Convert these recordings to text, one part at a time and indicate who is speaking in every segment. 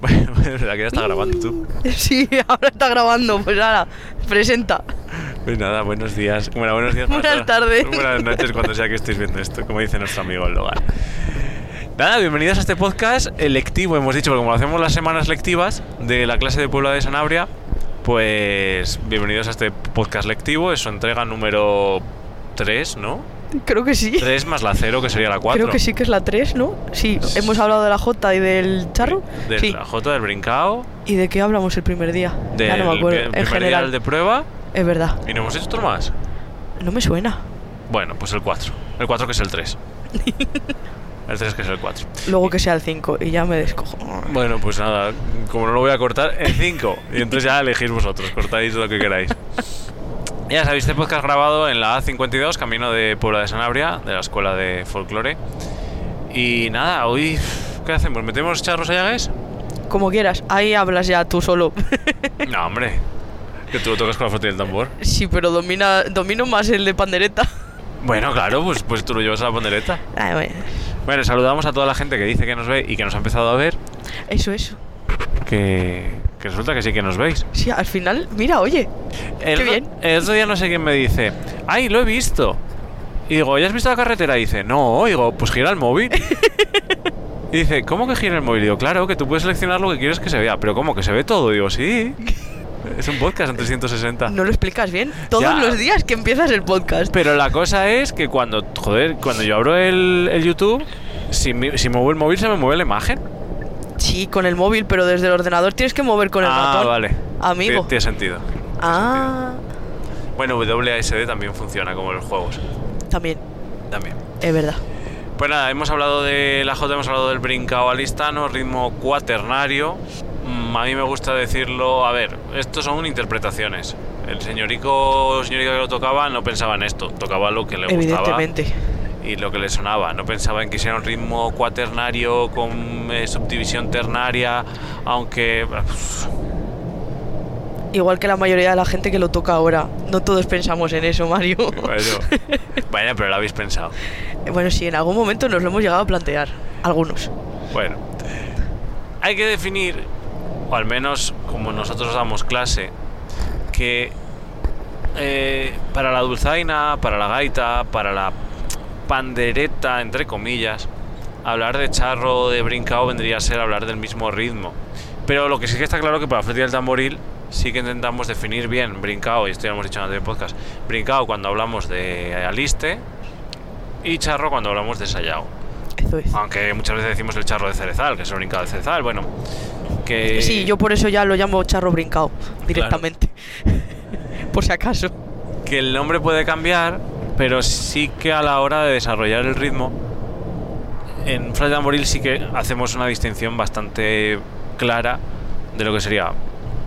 Speaker 1: verdad que ya está grabando tú.
Speaker 2: Sí, ahora está grabando, pues ahora, presenta.
Speaker 1: Pues nada, buenos días. Bueno, buenos días.
Speaker 2: Buenas
Speaker 1: para todas-
Speaker 2: tardes.
Speaker 1: Buenas noches cuando sea que estéis viendo esto, como dice nuestro amigo el hogar. Nada, bienvenidos a este podcast eh, lectivo, hemos dicho, porque como lo hacemos las semanas lectivas de la clase de Puebla de Sanabria, pues bienvenidos a este podcast lectivo, es su entrega número 3, ¿no?
Speaker 2: Creo que sí.
Speaker 1: 3 más la 0, que sería la 4.
Speaker 2: Creo que sí que es la 3, ¿no? Sí, hemos hablado de la J y del charro.
Speaker 1: De
Speaker 2: sí.
Speaker 1: la J del brincao,
Speaker 2: ¿Y de qué hablamos el primer día?
Speaker 1: del
Speaker 2: ya no me acuerdo.
Speaker 1: primer
Speaker 2: en general,
Speaker 1: día de prueba,
Speaker 2: es verdad.
Speaker 1: y no hemos hecho otro más.
Speaker 2: No me suena.
Speaker 1: Bueno, pues el 4. El 4 que es el 3. El 3 que es el 4.
Speaker 2: Luego que sea el 5 y ya me descojo.
Speaker 1: Bueno, pues nada, como no lo voy a cortar, el 5. Y entonces ya elegís vosotros, cortáis lo que queráis. Ya sabéis, este podcast grabado en la A52, camino de Puebla de Sanabria, de la Escuela de Folclore. Y nada, hoy, ¿qué hacemos? ¿Metemos charros a llagues?
Speaker 2: Como quieras, ahí hablas ya tú solo.
Speaker 1: No, hombre, que tú lo tocas con la flauta y el tambor.
Speaker 2: sí, pero domina, domino más el de pandereta.
Speaker 1: Bueno, claro, pues, pues tú lo llevas a la pandereta.
Speaker 2: Ay, Ah, bueno.
Speaker 1: Bueno, saludamos a toda la gente que dice que nos ve y que nos ha empezado a ver.
Speaker 2: Eso, eso.
Speaker 1: Que, que resulta que sí que nos veis.
Speaker 2: Sí, al final, mira, oye.
Speaker 1: El,
Speaker 2: Qué
Speaker 1: otro-
Speaker 2: bien.
Speaker 1: el otro día no sé quién me dice, ¡ay, lo he visto! Y digo, ¿ya has visto la carretera? Y dice, no, Y digo, pues gira el móvil. y dice, ¿cómo que gira el móvil? Y digo, claro, que tú puedes seleccionar lo que quieres que se vea, pero ¿cómo que se ve todo? Y digo, sí. Es un podcast en 360.
Speaker 2: No lo explicas bien. Todos
Speaker 1: Ah. Ya.
Speaker 2: los días que empiezas el podcast.
Speaker 1: Pero la cosa es que cuando, joder, cuando yo abro el, el YouTube, si, mi- si muevo el móvil se me mueve la imagen.
Speaker 2: Sí, con el móvil, pero desde el ordenador tienes que mover con el
Speaker 1: ah,
Speaker 2: ratón.
Speaker 1: vale.
Speaker 2: Amigo.
Speaker 1: Tiene- Tiene sentido.
Speaker 2: Ah,
Speaker 1: Bueno, WASD también funciona como en los juegos.
Speaker 2: también,
Speaker 1: También.
Speaker 2: es verdad.
Speaker 1: Pues nada, hemos hablado de la J, hemos hablado del brincao alistano, ritmo cuaternario. Mm, A mí me gusta decirlo, a ver, esto son interpretaciones. El señorico o señorica que lo tocaba no pensaba en esto, tocaba lo que le gustaba
Speaker 2: Evidentemente.
Speaker 1: y lo que le sonaba. No pensaba en que hiciera un ritmo cuaternario con eh, subdivisión ternaria, aunque...
Speaker 2: Igual que la mayoría de la gente que lo toca ahora. No todos pensamos en eso, Mario. Eh,
Speaker 1: Bueno, Vaya, pero lo habéis pensado.
Speaker 2: bueno, sí, en algún momento nos lo hemos llegado a plantear. Algunos.
Speaker 1: Bueno, hay que definir, o al menos como nosotros damos clase, que eh, para la dulzaina, para la gaita, para la pandereta, entre comillas, hablar de charro, de brincao, vendría a ser hablar del mismo ritmo. Pero lo que sí que está claro que para la flauta y el tamboril sí que intentamos definir bien brincao, y esto ya lo hemos dicho en el anterior podcast, brincao cuando hablamos de aliste y charro cuando hablamos de sayao.
Speaker 2: Eso es.
Speaker 1: Aunque muchas veces decimos el charro de cerezal, que es el brincado de cerezal, bueno. Que,
Speaker 2: Sí, yo por eso ya lo llamo charro brincao, directamente. por si acaso.
Speaker 1: que el nombre puede cambiar, pero sí que a la hora de desarrollar el ritmo, en Fray de Amoril sí que hacemos una distinción bastante clara de lo que sería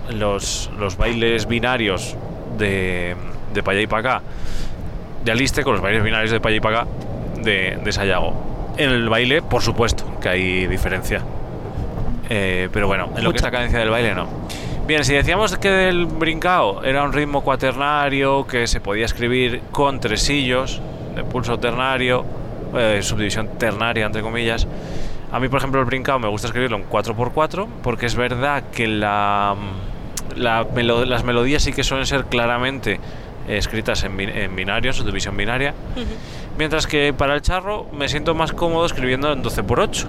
Speaker 1: los, los bailes binarios de, de pa' allá y para acá, de Aliste con los bailes binarios de pa' allá y para acá de, de Sayago. En el baile, por supuesto, que hay diferencia. Eh, pero bueno, en lo que es la cadencia del baile, no. Bien, si decíamos que del brincao era un ritmo cuaternario que se podía escribir con tresillos, de pulso ternario, eh, subdivisión ternaria, entre comillas. A mí, por ejemplo, el brincao me gusta escribirlo en 4x4 porque es verdad que la, la melo- las melodías sí que suelen ser claramente eh, escritas en, bi- en binario, en subdivisión binaria. Mientras que para el charro me siento más cómodo escribiendo en 12x8.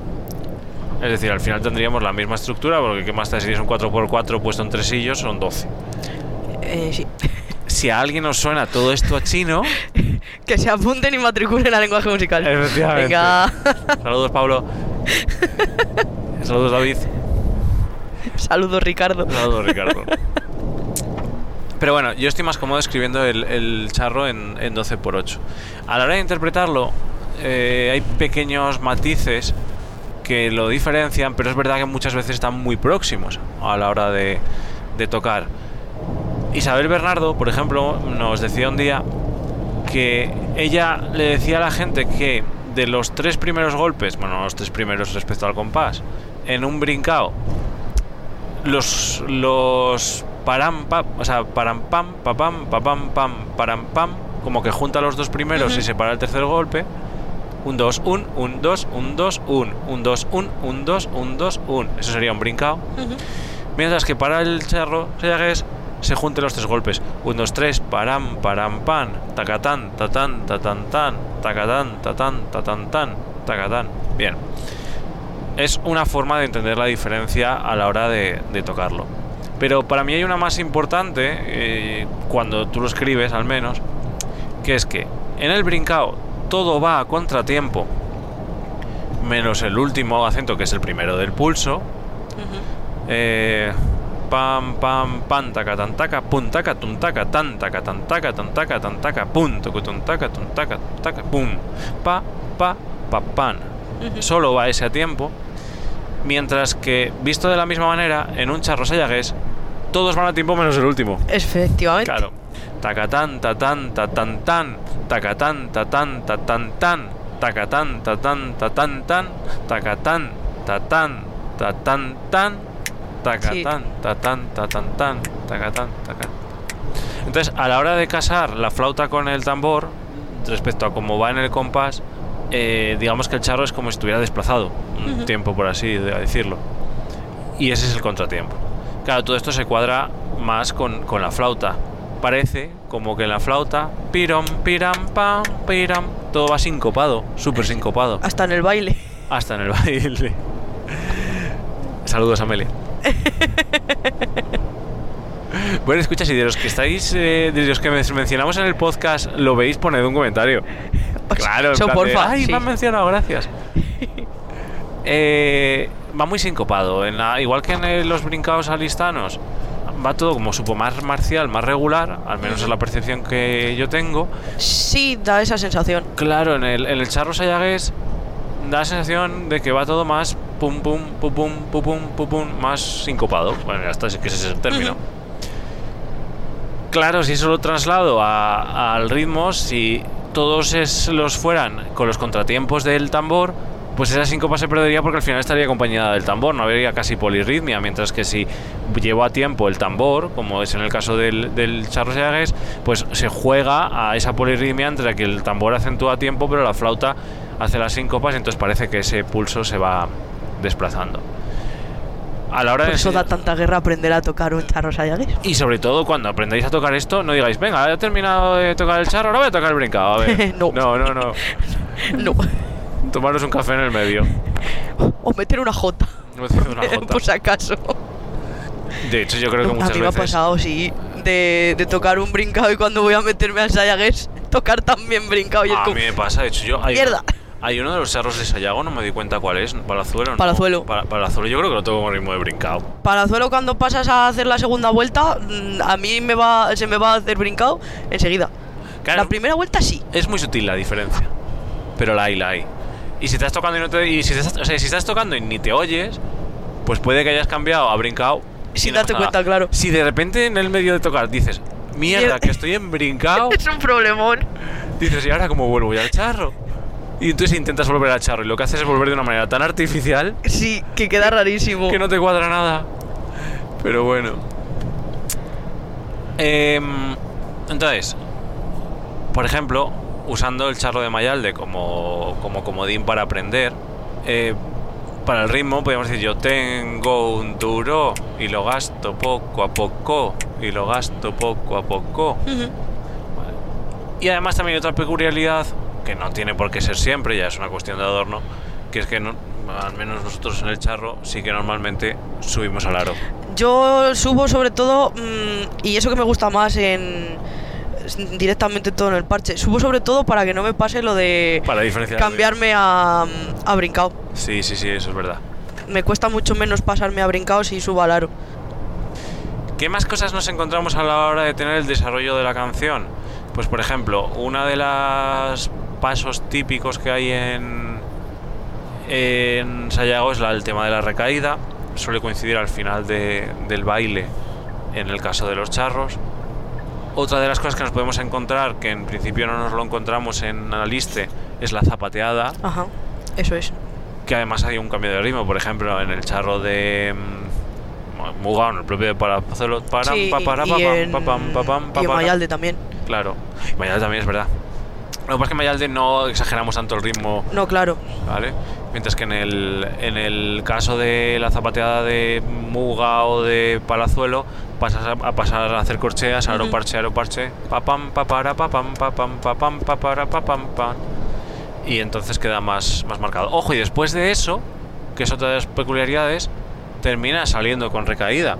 Speaker 1: Es decir, al final tendríamos la misma estructura, porque qué más da si es un 4x4 puesto en tresillos, son 12.
Speaker 2: Eh, sí.
Speaker 1: Si a alguien os suena todo esto a chino,
Speaker 2: Que se apunten y matriculen a lenguaje musical.
Speaker 1: Efectivamente.
Speaker 2: Venga,
Speaker 1: saludos Pablo, saludos David,
Speaker 2: saludos Ricardo.
Speaker 1: saludos Ricardo. Pero bueno, yo estoy más cómodo escribiendo el, el charro en, en 12x8. A la hora de interpretarlo, eh, hay pequeños matices que lo diferencian, pero es verdad que muchas veces están muy próximos a la hora de, de tocar. Isabel Bernardo, por ejemplo, nos decía un día que ella le decía a la gente que de los tres primeros golpes, bueno, los tres primeros respecto al compás, en un brincao, los los param pam, o sea, param pam, papam, papam, pam, param pam, como que junta los dos primeros
Speaker 2: Ujú.
Speaker 1: y separa el tercer golpe. Un 2, un, un 2, un 2, un, un 2, un, un 2, un 2, un. Eso sería un brincao.
Speaker 2: Ujú.
Speaker 1: Mientras que para el charro Sayagues se junten los tres golpes. 1, 2, 3, param, param, pan, tacatán, tatán, tatán, tan, tacatán, tatán, tatán, tan, tacatán. Bien. Es una forma de entender la diferencia a la hora de, de tocarlo. Pero para mí hay una más importante, eh, cuando tú lo escribes al menos, que es que en el brincao todo va a contratiempo, menos el último acento que es el primero del pulso. Eh, pam, pam, pan, taca, tan, taca, pum, taca, tum, taca, tan, taca, tan, taca, tan, taca, tan, taca, pum, tucu, tum, taca, tum, taca, tum, taca, pum, pa, pa, pa, pan.
Speaker 2: Ujú.
Speaker 1: Solo va ese a tiempo. Mientras que, visto de la misma manera, en un charro sayagués, todos van a tiempo menos el último.
Speaker 2: Efectivamente.
Speaker 1: Claro. Tacatán, tatán, tatán, tan. Tacatán, tatán, tatán, tan. Tacatán, tatán, tatán, tan. Tacatán, tatán, tatán, tan. Tacatán, tatán, tatán, tan. Tacatán, tacatán. Entonces, a la hora de casar la flauta con el tambor, respecto a cómo va en el compás, eh, digamos que el charro es como si estuviera desplazado un
Speaker 2: Ujú.
Speaker 1: tiempo, por así de- decirlo. Y ese es el contratiempo. Claro, todo esto se cuadra más con, con la flauta. Parece como que en la flauta, piram, piram, pam, piram, todo va sincopado, súper sincopado,
Speaker 2: Hasta en el baile.
Speaker 1: hasta en el baile. Saludos, Amelia. Bueno, escucha, si de los que estáis, eh, de los que men- mencionamos en el podcast, lo veis, poned un comentario. Claro, en
Speaker 2: Eso,
Speaker 1: plan de,
Speaker 2: porfa.
Speaker 1: Ay,
Speaker 2: sí.
Speaker 1: me han mencionado, gracias. Eh, va muy sincopado. En la- igual que en eh, los brincados alistanos, va todo como supo más marcial, más regular, al menos es la percepción que yo tengo.
Speaker 2: Sí, da esa sensación.
Speaker 1: Claro, en el, en el charro sayagués da la sensación de que va todo más pum pum pum pum pum pum pum pum más sincopado. Bueno, ya está, es que ese es el término.
Speaker 2: Ujú.
Speaker 1: Claro, si eso lo traslado a- al ritmo, si todos es- los fueran con los contratiempos del tambor, pues esa síncopa se perdería porque al final estaría acompañada del tambor, no habría casi polirritmia, mientras que si llevo a tiempo el tambor, como es en el caso del, del charro Seagues, pues se juega a esa polirritmia entre la que el tambor acentúa a tiempo, pero la flauta hace las síncopas, entonces parece que ese pulso se va desplazando. A la hora
Speaker 2: Por
Speaker 1: de
Speaker 2: eso da
Speaker 1: enseñar-
Speaker 2: tanta guerra aprender a tocar un charro sayagues.
Speaker 1: y sobre todo cuando aprendáis a tocar esto, no digáis, venga, he terminado de tocar el charro, ahora voy a tocar el brincado. A ver.
Speaker 2: No.
Speaker 1: no, no, no.
Speaker 2: No.
Speaker 1: Tomaros un café en el medio.
Speaker 2: O meter una jota.
Speaker 1: No hacer una jota.
Speaker 2: Por si acaso.
Speaker 1: De hecho, yo creo que
Speaker 2: Pues, a
Speaker 1: muchas
Speaker 2: mí me ha
Speaker 1: veces.
Speaker 2: pasado, sí, de, de tocar un brincado y cuando voy a meterme al Sayagues, tocar también brincado y el
Speaker 1: a
Speaker 2: como,
Speaker 1: mí me pasa, de hecho, yo. Hay,
Speaker 2: ¡Mierda!
Speaker 1: hay uno de los charros de Sayago, no me di cuenta cuál es. Palazuelo, ¿no?
Speaker 2: Palazuelo.
Speaker 1: Para- Palazuelo, yo creo que lo tengo con ritmo de brincado.
Speaker 2: Palazuelo cuando pasas a hacer la segunda vuelta, mm, a mí me va, se me va a hacer brincado enseguida.
Speaker 1: Claro,
Speaker 2: La primera vuelta sí.
Speaker 1: es muy sutil la diferencia. Pero la hay, la hay. Y si estás tocando y no te. Y si, estás, o sea, si estás tocando y ni te oyes, pues puede que hayas cambiado a brincado. y
Speaker 2: Sin
Speaker 1: no
Speaker 2: darte
Speaker 1: pasa nada.
Speaker 2: cuenta, claro.
Speaker 1: Si de repente en el medio de tocar dices, mierda,
Speaker 2: Mierda".
Speaker 1: que estoy en brincado,
Speaker 2: Es un problemón.
Speaker 1: dices, ¿y ahora cómo vuelvo ya al charro? Y entonces intentas volver al charro y lo que haces es volver de una manera tan artificial
Speaker 2: Sí, que queda rarísimo.
Speaker 1: que no te cuadra nada. Pero bueno. Em, entonces, por ejemplo, usando el charro de Mayalde como, como comodín para aprender, eh, para el ritmo podríamos decir yo tengo un duro y lo gasto poco a poco y lo gasto poco a poco.
Speaker 2: Ujú.
Speaker 1: Y además también hay otra peculiaridad, que no tiene por qué ser siempre, ya es una cuestión de adorno, que es que no- al menos nosotros en el charro sí que normalmente subimos al aro.
Speaker 2: Yo subo sobre todo, mm, y eso que me gusta más en es directamente todo en el parche, subo sobre todo para que no me pase lo de
Speaker 1: Para diferenciar.
Speaker 2: cambiarme a, a brincado.
Speaker 1: Sí, sí, sí, eso es verdad.
Speaker 2: Me cuesta mucho menos pasarme a brincado si subo al aro.
Speaker 1: ¿Qué más cosas nos encontramos a la hora de tener el desarrollo de la canción? Pues por ejemplo, una de las pasos típicos que hay en en Sayago es la- el tema de la recaída. Suele coincidir al final de- del baile en el caso de los charros. Otra de las cosas que nos podemos encontrar, que en principio no nos lo encontramos en Analiste, es la zapateada
Speaker 2: Ajá, eso es.
Speaker 1: que además hay un cambio de ritmo, por ejemplo, en el charro de mm, Mugán, el propio de Palazuelo, param,
Speaker 2: Sí,
Speaker 1: pa, para,
Speaker 2: y
Speaker 1: pa, pam,
Speaker 2: en-
Speaker 1: pa, pam, pa, pam, pa,
Speaker 2: y en
Speaker 1: para.
Speaker 2: Mayalde también.
Speaker 1: Claro, Y Mayalde también es verdad. Lo que pasa es que en Mayalde no exageramos tanto el ritmo,
Speaker 2: No, claro.
Speaker 1: ¿vale? Mientras que en el, en el caso de la zapateada de Muga o de Palazuelo, pasas a, a pasar a hacer corcheas, aro
Speaker 2: Ujú.
Speaker 1: parche, aro parche, papam, papara, papam, papam, papam, papara, papam, pam. Y entonces queda más, más marcado. Ojo, y después de eso, que es otra de las peculiaridades, termina saliendo con recaída.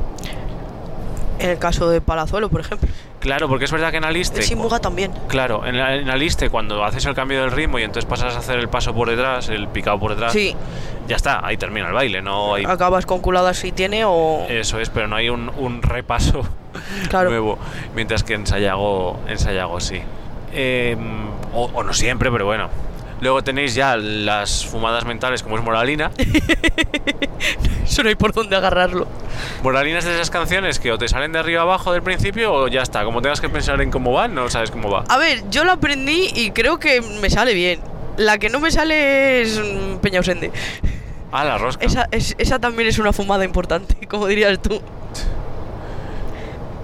Speaker 2: En el caso de Palazuelo, por ejemplo.
Speaker 1: Claro, porque es verdad que en Aliste.
Speaker 2: Sin
Speaker 1: cu-
Speaker 2: Muga también.
Speaker 1: Claro, en, la- en Aliste, cuando haces el cambio del ritmo y entonces pasas a hacer el paso por detrás, el picado por detrás,
Speaker 2: Sí, Ah,
Speaker 1: ya está, ahí termina el baile, no hay.
Speaker 2: acabas con culadas si tiene o...
Speaker 1: Eso es, pero no hay un, un repaso
Speaker 2: claro.
Speaker 1: Eh, nuevo. Mientras que en Sayago, en Sayago sí. Em, o, o no siempre, pero bueno. Luego tenéis ya las fumadas mentales, como es Moralina.
Speaker 2: Eso no hay por dónde agarrarlo.
Speaker 1: Moralina es de esas canciones que o te salen de arriba abajo del principio o ya está. Como tengas que pensar en cómo van, no sabes cómo va.
Speaker 2: A ver, yo la aprendí y creo que me sale bien. La que no me sale es mm, Peñausende.
Speaker 1: Ah, la rosca.
Speaker 2: Esa, es- esa también es una fumada importante, como dirías tú.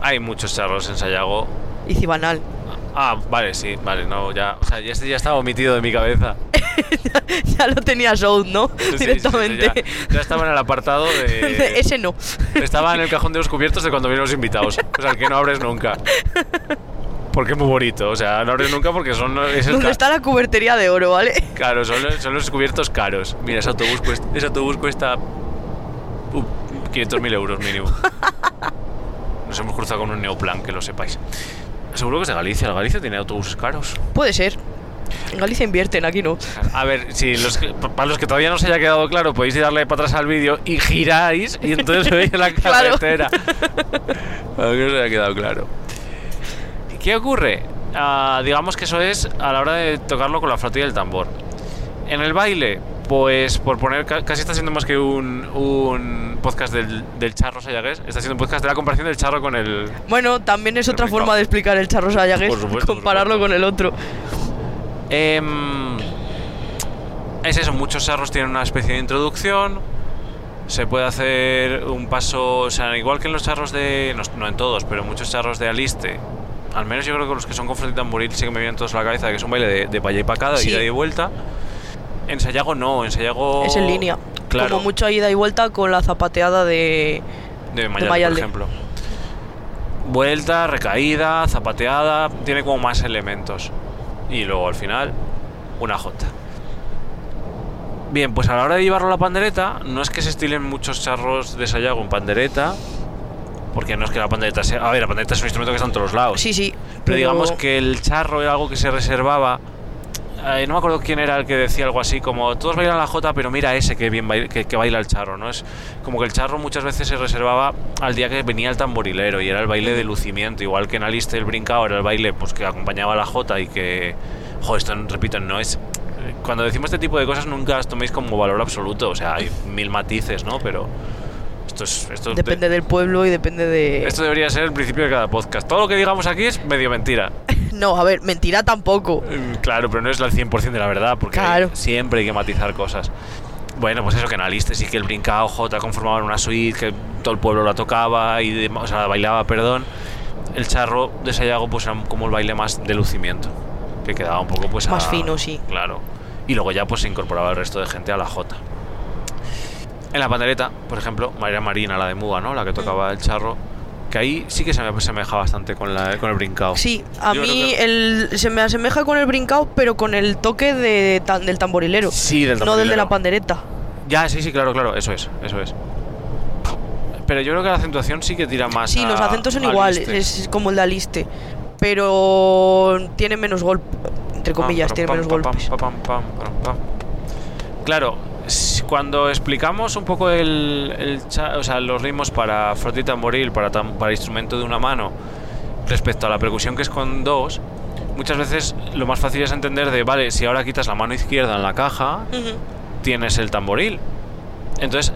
Speaker 1: Hay muchos charros en Sayago.
Speaker 2: Y Cibanal.
Speaker 1: Ah, vale, sí, vale, no, ya. O sea, ya, este ya estaba omitido de mi cabeza.
Speaker 2: ya lo tenía Sound, ¿no?
Speaker 1: Sí, sí, sí,
Speaker 2: Directamente.
Speaker 1: ya, ya estaba en el apartado
Speaker 2: De
Speaker 1: de.
Speaker 2: Ese no.
Speaker 1: Estaba en el cajón de los cubiertos de cuando vienen los invitados. O sea, el que no abres nunca. Porque es muy bonito. O sea, no abres nunca porque son. es el
Speaker 2: Donde
Speaker 1: ca-
Speaker 2: está la cubertería de oro, ¿vale?
Speaker 1: Claro, son los, son los cubiertos caros. Mira, ese autobús cuesta, ese autobús cuesta uh, 500.000 euros mínimo. Nos hemos cruzado con un neoplan, que lo sepáis. Seguro que es de Galicia. Galicia tiene autobuses caros.
Speaker 2: Puede ser. En Galicia invierten, aquí no.
Speaker 1: A ver, si los que- pa- para los que todavía no se haya quedado claro, podéis darle para atrás al vídeo y giráis y entonces veis la
Speaker 2: Claro.
Speaker 1: carretera. Para que no se haya quedado claro. ¿Qué ocurre? Ah, digamos que eso es a la hora de tocarlo con la flotilla del tambor. En el baile, pues por poner, ca- casi está siendo más que un, un podcast del, del charro sayagués, está siendo un podcast de la comparación del charro con el,
Speaker 2: Bueno, también es otra
Speaker 1: Perfecto.
Speaker 2: forma de explicar el charro Sayagues,
Speaker 1: Por supuesto, por
Speaker 2: compararlo
Speaker 1: supuesto.
Speaker 2: con el otro.
Speaker 1: Em, es eso, muchos charros tienen una especie de introducción. Se puede hacer un paso, o sea, igual que en los charros de. No, no en todos, pero en muchos charros de Aliste. Al menos yo creo que los que son con flauta y tamboril sí que me vienen todos a la cabeza, que es un baile de, de paya y pacada,
Speaker 2: Sí.
Speaker 1: ida y vuelta. En Sayago no, en Sayago.
Speaker 2: Es en línea.
Speaker 1: Oh, Claro,
Speaker 2: Como mucho ida y vuelta con la zapateada de.
Speaker 1: de Mayalde, por
Speaker 2: Mayalde.
Speaker 1: ejemplo. Vuelta, recaída, zapateada, tiene como más elementos. Y luego al final, una jota. Bien, pues a la hora de llevarlo a la pandereta, no es que se estilen muchos charros de Sayago en pandereta, porque no es que la pandereta sea. A ver, la pandereta es un instrumento que está en todos lados.
Speaker 2: Sí, sí.
Speaker 1: Pues Pero digamos que el charro era algo que se reservaba. eh, no me acuerdo quién era el que decía algo así, como todos bailan la jota, pero mira ese que bien baila, que, que baila el charro, ¿no? Es como que el charro muchas veces se reservaba al día que venía el tamborilero y era el baile de lucimiento, igual que en Aliste el brincao era el baile pues que acompañaba a la jota y que. Joder, esto repito, no es. Cuando decimos este tipo de cosas nunca las toméis como valor absoluto, o sea, hay mil matices, ¿no? Pero esto es. Esto
Speaker 2: Depende del pueblo y depende de.
Speaker 1: esto debería ser el principio de cada podcast. Todo lo que digamos aquí es medio mentira.
Speaker 2: No, a ver, mentira tampoco.
Speaker 1: Mm, Claro, pero no es el 100% de la verdad, porque
Speaker 2: Claro.
Speaker 1: hay- siempre hay que matizar cosas. Bueno, pues eso, que en Aliste sí que el brincao J conformaban una suite, que todo el pueblo la tocaba, y dem- o sea, la bailaba, perdón. El charro de Sayago pues era como el baile más de lucimiento, que quedaba un poco pues a-
Speaker 2: Más fino, sí.
Speaker 1: Claro. Y luego ya pues se incorporaba el resto de gente a la J. En la pandereta, por ejemplo, María Marina, la de Muga, ¿no? La que
Speaker 2: Mm.
Speaker 1: tocaba el charro, que ahí sí que se me asemeja bastante con, la, con el brincao.
Speaker 2: Sí, a
Speaker 1: Yo creo
Speaker 2: mí
Speaker 1: que-
Speaker 2: el, se me asemeja con el brincao, pero con el toque de, tan- del tamborilero.
Speaker 1: Sí, del
Speaker 2: No del de
Speaker 1: tamborilero.
Speaker 2: la pandereta.
Speaker 1: Ya, sí, sí, claro, claro, eso es, eso es. Pero yo creo que la acentuación sí que tira más.
Speaker 2: Sí,
Speaker 1: a-
Speaker 2: los acentos son
Speaker 1: al
Speaker 2: iguales,
Speaker 1: este.
Speaker 2: es como el de Aliste. Pero tiene menos golpe, entre comillas,
Speaker 1: Pam,
Speaker 2: tiene
Speaker 1: Ah, pam,
Speaker 2: menos
Speaker 1: pam,
Speaker 2: golpes.
Speaker 1: pam, pam, pam, pam, pam. Claro, s- cuando explicamos un poco el, el cha- o sea, los ritmos para flauta y tamboril, para, tam- para instrumento de una mano, respecto a la percusión que es con dos, muchas veces lo más fácil es entender de, vale, si ahora quitas la mano izquierda en la caja,
Speaker 2: Ujú.
Speaker 1: tienes el tamboril. Entonces,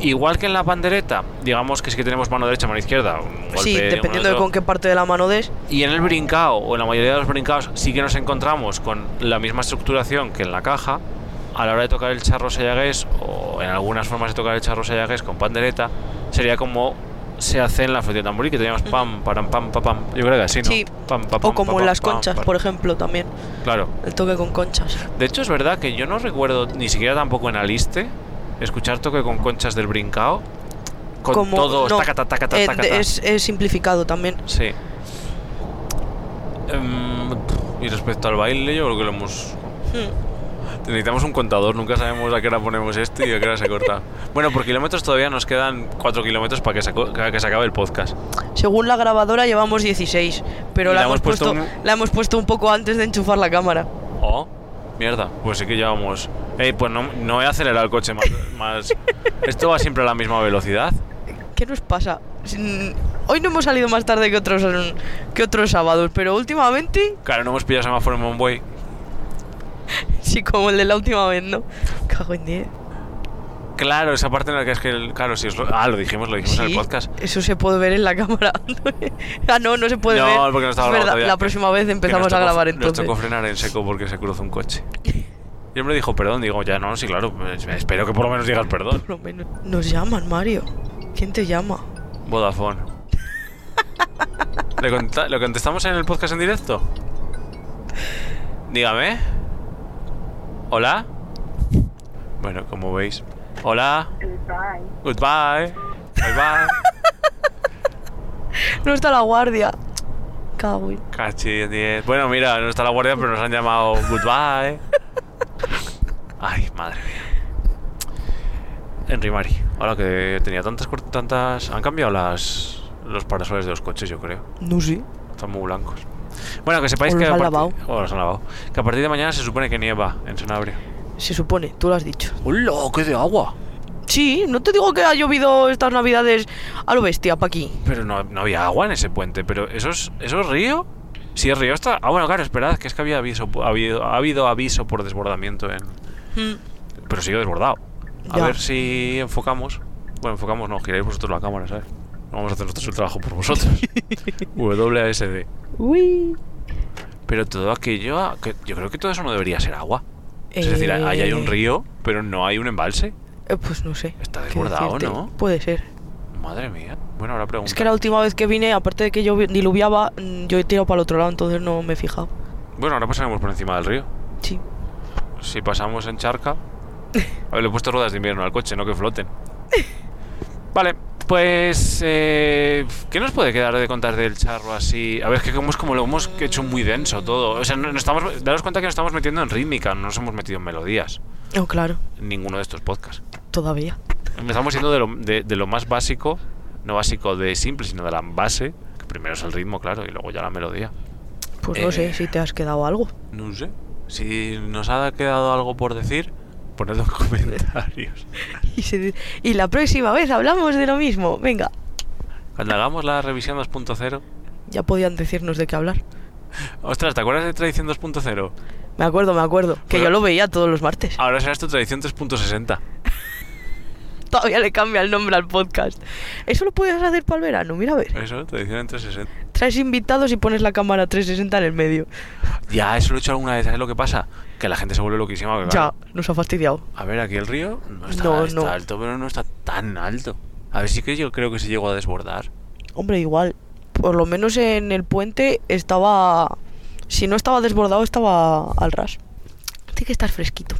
Speaker 1: igual que en la pandereta, digamos que sí que tenemos mano derecha, mano izquierda. un golpe
Speaker 2: Sí,
Speaker 1: uno de
Speaker 2: dependiendo de
Speaker 1: otro.
Speaker 2: con qué parte de la mano des.
Speaker 1: Y en el brincao, o en la mayoría de los brincaos, sí que nos encontramos con la misma estructuración que en la caja. A la hora de tocar el charro sayagués, o en algunas formas de tocar el charro sayagués con pandereta, sería como se hace en la flauta de tamboril, que teníamos pam, param, pam, pam, pam. Yo creo que así, ¿no?
Speaker 2: Sí.
Speaker 1: Pam, pa, pam,
Speaker 2: O
Speaker 1: pa,
Speaker 2: como en
Speaker 1: pam,
Speaker 2: las
Speaker 1: pam,
Speaker 2: conchas,
Speaker 1: pam.
Speaker 2: por ejemplo, también.
Speaker 1: Claro.
Speaker 2: El toque con conchas.
Speaker 1: De hecho, es verdad que yo no recuerdo ni siquiera tampoco en Aliste escuchar toque con conchas del brincao. Con
Speaker 2: como,
Speaker 1: todo,
Speaker 2: no,
Speaker 1: tacata, tacata,
Speaker 2: eh,
Speaker 1: tacata.
Speaker 2: de- Es, es simplificado también.
Speaker 1: Sí. Em, pf, y respecto al baile, yo creo que lo hemos.
Speaker 2: Hmm.
Speaker 1: Necesitamos un contador, nunca sabemos a qué hora ponemos esto y a qué hora se corta. Bueno, por kilómetros todavía nos quedan 4 kilómetros para que se, aco- para que se acabe el podcast.
Speaker 2: Según la grabadora llevamos 16, pero
Speaker 1: Y
Speaker 2: la, hemos puesto, la hemos puesto un poco antes de enchufar la cámara.
Speaker 1: Oh, mierda, pues sí que llevamos. Ey, pues no, no voy a acelerar el coche más, más. Esto va siempre a la misma velocidad.
Speaker 2: ¿Qué nos pasa? Sin- Hoy no hemos salido más tarde que otros, que otros sábados, pero últimamente,
Speaker 1: Claro, no hemos pillado semáforo en Monbuey.
Speaker 2: sí, como el de la última vez, ¿no? Cago en 10.
Speaker 1: Claro, esa parte en la que es que. el- claro, si es lo, ah, lo dijimos, lo dijimos en el podcast.
Speaker 2: Eso se puede ver en la cámara. ah, no, no se puede
Speaker 1: No,
Speaker 2: ver.
Speaker 1: porque no estaba grabado
Speaker 2: Es verdad,
Speaker 1: todavía.
Speaker 2: La próxima vez
Speaker 1: Que
Speaker 2: empezamos
Speaker 1: nos
Speaker 2: a
Speaker 1: tocó-
Speaker 2: grabar
Speaker 1: Nos
Speaker 2: entonces.
Speaker 1: tocó frenar en seco porque se cruzó un coche. Y el hombre dijo perdón, digo, ya no, sí, claro, pues, espero que por lo menos digas perdón.
Speaker 2: Por lo menos. Nos llaman, Mario. ¿Quién te llama?
Speaker 1: Vodafone. ¿Le, conta- ¿Le contestamos en el podcast en directo? Dígame. ¿Hola? Bueno, como veis. Hola. Goodbye. Bye bye.
Speaker 2: No está la guardia. Cago en-
Speaker 1: Cachi en 10. Bueno, mira, no está la guardia, pero nos han llamado goodbye. Ay, madre mía. Henry Mari. Ahora que tenía tantas cort- tantas. Han cambiado las los parasoles de los coches, yo creo.
Speaker 2: No sé.
Speaker 1: Están muy blancos. Bueno, que sepáis
Speaker 2: O
Speaker 1: que.
Speaker 2: los
Speaker 1: a
Speaker 2: han
Speaker 1: partir-
Speaker 2: lavado.
Speaker 1: o los han lavado. Que a partir de mañana se supone que nieva en Sanabria.
Speaker 2: Se supone, tú lo has dicho.
Speaker 1: ¡Hola! ¡Qué de agua!
Speaker 2: Sí, no te digo que ha llovido estas navidades a lo bestia pa' aquí.
Speaker 1: Pero no, no había agua en ese puente. Pero ¿eso es, eso es río? Si es río, está. Ah, bueno, claro, esperad, que es que había aviso, ha habido, ha habido aviso por desbordamiento en.
Speaker 2: Mm.
Speaker 1: Pero sigue desbordado. A
Speaker 2: Ya.
Speaker 1: ver si enfocamos. Bueno, enfocamos, no, giráis vosotros la cámara, ¿sabes? No vamos a hacer nosotros el trabajo por vosotros. WASD.
Speaker 2: Uy.
Speaker 1: Pero todo aquello. ah, que- Yo creo que todo eso no debería ser agua. Es decir,
Speaker 2: Eh,
Speaker 1: ahí hay un río, pero no hay un embalse.
Speaker 2: eh, pues no sé.
Speaker 1: Está
Speaker 2: qué
Speaker 1: desbordado,
Speaker 2: decirte.
Speaker 1: ¿no?
Speaker 2: Puede ser.
Speaker 1: Madre mía. Bueno, ahora pregunta.
Speaker 2: Es que la última vez que vine, aparte de que yo diluviaba, mm, yo he tirado para el otro lado, entonces no me he fijado.
Speaker 1: Bueno, ahora pasaremos por encima del río.
Speaker 2: Sí.
Speaker 1: Si pasamos en charca. A ver, le he puesto ruedas de invierno al coche, no que floten. Vale, pues. eh, ¿Qué nos puede quedar de contar del charro así? A ver, es que como es como lo hemos hecho muy denso todo. O sea, no, no estamos, daros cuenta que nos estamos metiendo en rítmica, no nos hemos metido en melodías.
Speaker 2: No, Oh, claro,
Speaker 1: En ninguno de estos podcasts.
Speaker 2: todavía.
Speaker 1: Empezamos yendo de lo, de- de lo más básico, no básico de simple, sino de la base, que primero es el ritmo, claro, y luego ya la melodía.
Speaker 2: Pues no
Speaker 1: Eh.
Speaker 2: sé si te has quedado algo.
Speaker 1: No sé. Si nos ha quedado algo por decir, ponedlo en comentarios.
Speaker 2: Y, se di- y la próxima vez hablamos de lo mismo. Venga,
Speaker 1: Cuando hagamos la revisión 2.0.
Speaker 2: ya podían decirnos de qué hablar.
Speaker 1: Ostras, ¿te acuerdas de Tradición 2.0?
Speaker 2: Me acuerdo, me acuerdo. Que
Speaker 1: Pero-
Speaker 2: yo lo veía todos los martes.
Speaker 1: Ahora serás tu Tradición 3.60.
Speaker 2: Todavía le cambia el nombre al podcast. Eso lo puedes hacer para el verano, mira a ver.
Speaker 1: Eso, Tradición en 360.
Speaker 2: Traes invitados y pones la cámara 360 en el medio.
Speaker 1: Ya, eso lo he hecho alguna vez. ¿Sabes lo que pasa? Que la gente se vuelve loquísima. porque,
Speaker 2: Ya,
Speaker 1: claro,
Speaker 2: nos ha fastidiado.
Speaker 1: A ver, aquí el río no está,
Speaker 2: No,
Speaker 1: está
Speaker 2: no.
Speaker 1: alto, pero no está tan alto. A ver, sí que yo creo que se llegó a desbordar.
Speaker 2: Hombre, igual. Por lo menos en el puente estaba. Si no estaba desbordado, estaba al ras. Tiene que estar fresquito.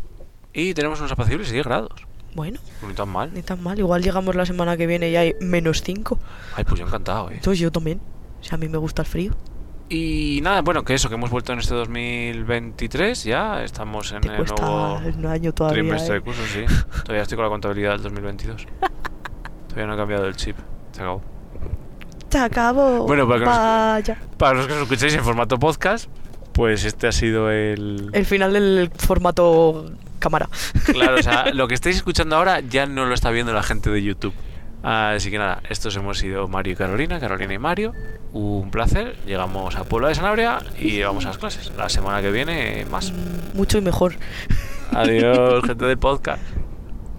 Speaker 1: Y tenemos unos apacibles 10 grados.
Speaker 2: Bueno,
Speaker 1: No tan mal.
Speaker 2: ni tan mal. Igual llegamos la semana que viene y hay menos 5.
Speaker 1: Ay, pues yo encantado, eh.
Speaker 2: Entonces yo también. O sea, a mí me gusta el frío.
Speaker 1: Y nada, bueno, que eso, que hemos vuelto en este 2023, ya estamos en
Speaker 2: Te
Speaker 1: el
Speaker 2: cuesta
Speaker 1: nuevo
Speaker 2: un año todavía.
Speaker 1: trimestre
Speaker 2: ¿eh?
Speaker 1: de curso, sí. Todavía estoy con la contabilidad del 2022. Todavía no he cambiado el chip. Se acabó.
Speaker 2: Se acabó.
Speaker 1: Bueno, para que nos-
Speaker 2: Vaya.
Speaker 1: Para los que nos escuchéis en formato podcast, pues este ha sido el...
Speaker 2: El final del formato cámara.
Speaker 1: Claro, o sea, lo que estáis escuchando ahora ya no lo está viendo la gente de YouTube. Así que nada, estos hemos sido Mario y Carolina, Carolina y Mario. Un placer. Llegamos a Puebla de Sanabria y vamos a las clases. La semana que viene, más.
Speaker 2: Mucho y mejor.
Speaker 1: Adiós, gente del podcast.